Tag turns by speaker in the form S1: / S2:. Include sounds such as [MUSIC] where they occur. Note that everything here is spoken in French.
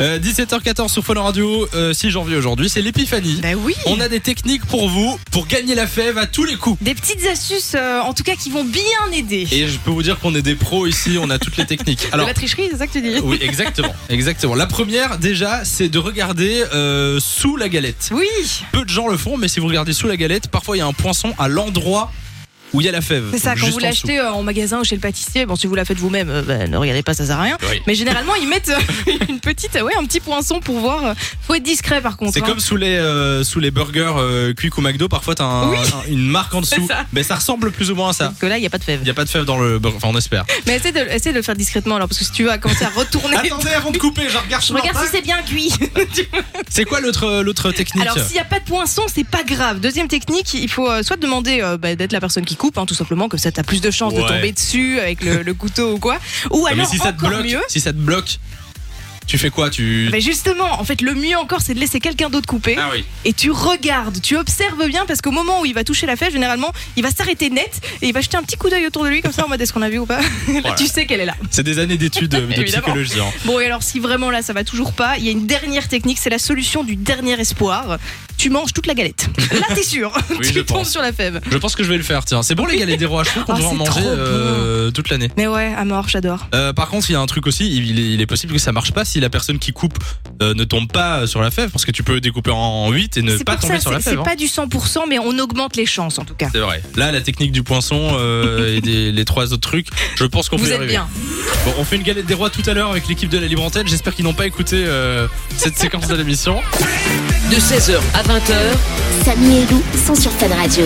S1: Euh, 17h14 sur Fun Radio, euh, 6 janvier aujourd'hui, c'est l'épiphanie.
S2: Bah oui.
S1: On a des techniques pour vous, pour gagner la fève à tous les coups.
S2: Des petites astuces, euh, en tout cas, qui vont bien aider.
S1: Et je peux vous dire qu'on est des pros ici, on a toutes les techniques.
S2: de la tricherie, c'est ça que tu dis
S1: oui, exactement, exactement. La première, déjà, c'est de regarder euh, sous la galette.
S2: Oui.
S1: Peu de gens le font, mais si vous regardez sous la galette, parfois il y a un poinçon à l'endroit où il y a la fève.
S2: C'est ça,
S1: Donc,
S2: quand
S1: juste
S2: vous
S1: en dessous.
S2: l'achetez euh, en magasin ou chez le pâtissier, bon, si vous la faites vous-même, euh, bah, ne regardez pas, ça sert à rien.
S1: Oui.
S2: Mais généralement, ils mettent euh, [LAUGHS] une petite, euh, ouais, un petit poinçon pour voir. euh, Faut être discret par contre.
S1: C'est
S2: hein.
S1: comme sous les, euh, sous les burgers euh, cuits au McDo, parfois t'as un-
S2: Oui.
S1: un- une marque en dessous.
S2: [LAUGHS] C'est ça.
S1: Mais ça ressemble plus ou moins à ça.
S2: Parce que là, il n'y a pas de fève.
S1: Il n'y a pas de fève dans le burger, enfin on espère.
S2: Mais essaie de, essaie de le faire discrètement alors, parce que si tu vas commencer à retourner. [LAUGHS]
S1: Attendez avant de couper, je regarde
S2: Je
S1: sur
S2: regarde
S1: l'emballage.
S2: si c'est bien cuit.
S1: C'est quoi l'autre euh, l'autre technique Ah,
S2: Alors s'il n'y a pas de poinçon, c'est pas grave. Deuxième technique, il faut euh, soit demander euh, bah, d'être la personne qui coupe, hein, tout simplement, comme ça t'as plus de chances de
S1: Ouais.
S2: tomber dessus avec le, le couteau ou quoi. Ou
S1: Non,
S2: alors
S1: Mais si ça te
S2: encore
S1: bloque,
S2: mieux. Bah,
S1: si ça te bloque, tu fais quoi Tu
S2: Mais justement, en fait, le mieux encore, c'est de laisser quelqu'un d'autre couper
S1: Ah oui.
S2: et tu regardes, tu observes bien parce qu'au moment où il va toucher la fève, généralement, il va s'arrêter net et il va jeter un petit coup d'œil autour de lui comme ça en mode est-ce qu'on a vu ou pas. [LAUGHS] Là,
S1: Voilà.
S2: tu sais qu'elle est là.
S1: C'est des années d'études euh, de
S2: [LAUGHS] Évidemment.
S1: psychologie. hein.
S2: Bon, et alors si vraiment là ça va toujours pas, il y a une dernière technique, c'est la solution du dernier espoir. Tu manges toute la galette. Là, t'es sûr.
S1: Oui,
S2: [LAUGHS] tu
S1: je
S2: tombes
S1: pense.
S2: sur la fève.
S1: Je pense que je vais le faire. Tiens, c'est bon les gars les rois.
S2: [LAUGHS]
S1: Je trouve qu'on
S2: Ah,
S1: devrait en
S2: c'est
S1: manger
S2: trop
S1: euh, toute l'année.
S2: Mais ouais, à mort, j'adore.
S1: Euh, par contre, il y a un truc aussi, il il est, il est possible que ça marche pas si la personne qui coupe euh, ne tombe pas sur la fève, parce que tu peux découper en- en 8 et ne
S2: C'est
S1: pas
S2: pour
S1: tomber
S2: ça,
S1: sur la
S2: c'est c'est
S1: fève. hein.
S2: pas du 100%, mais on augmente les chances en tout cas.
S1: C'est vrai. Là, la technique du poinçon euh, et des, les trois autres trucs, je pense qu'on peut
S2: Vous
S1: y
S2: êtes
S1: arriver.
S2: bien.
S1: Bon, on fait une galette des rois tout à l'heure avec l'équipe de la Libre Antenne. J'espère qu'ils n'ont pas écouté euh, cette [LAUGHS] séquence de l'émission.
S3: De 16h à 20h,
S4: Samy et Lou sont sur Fan Radio.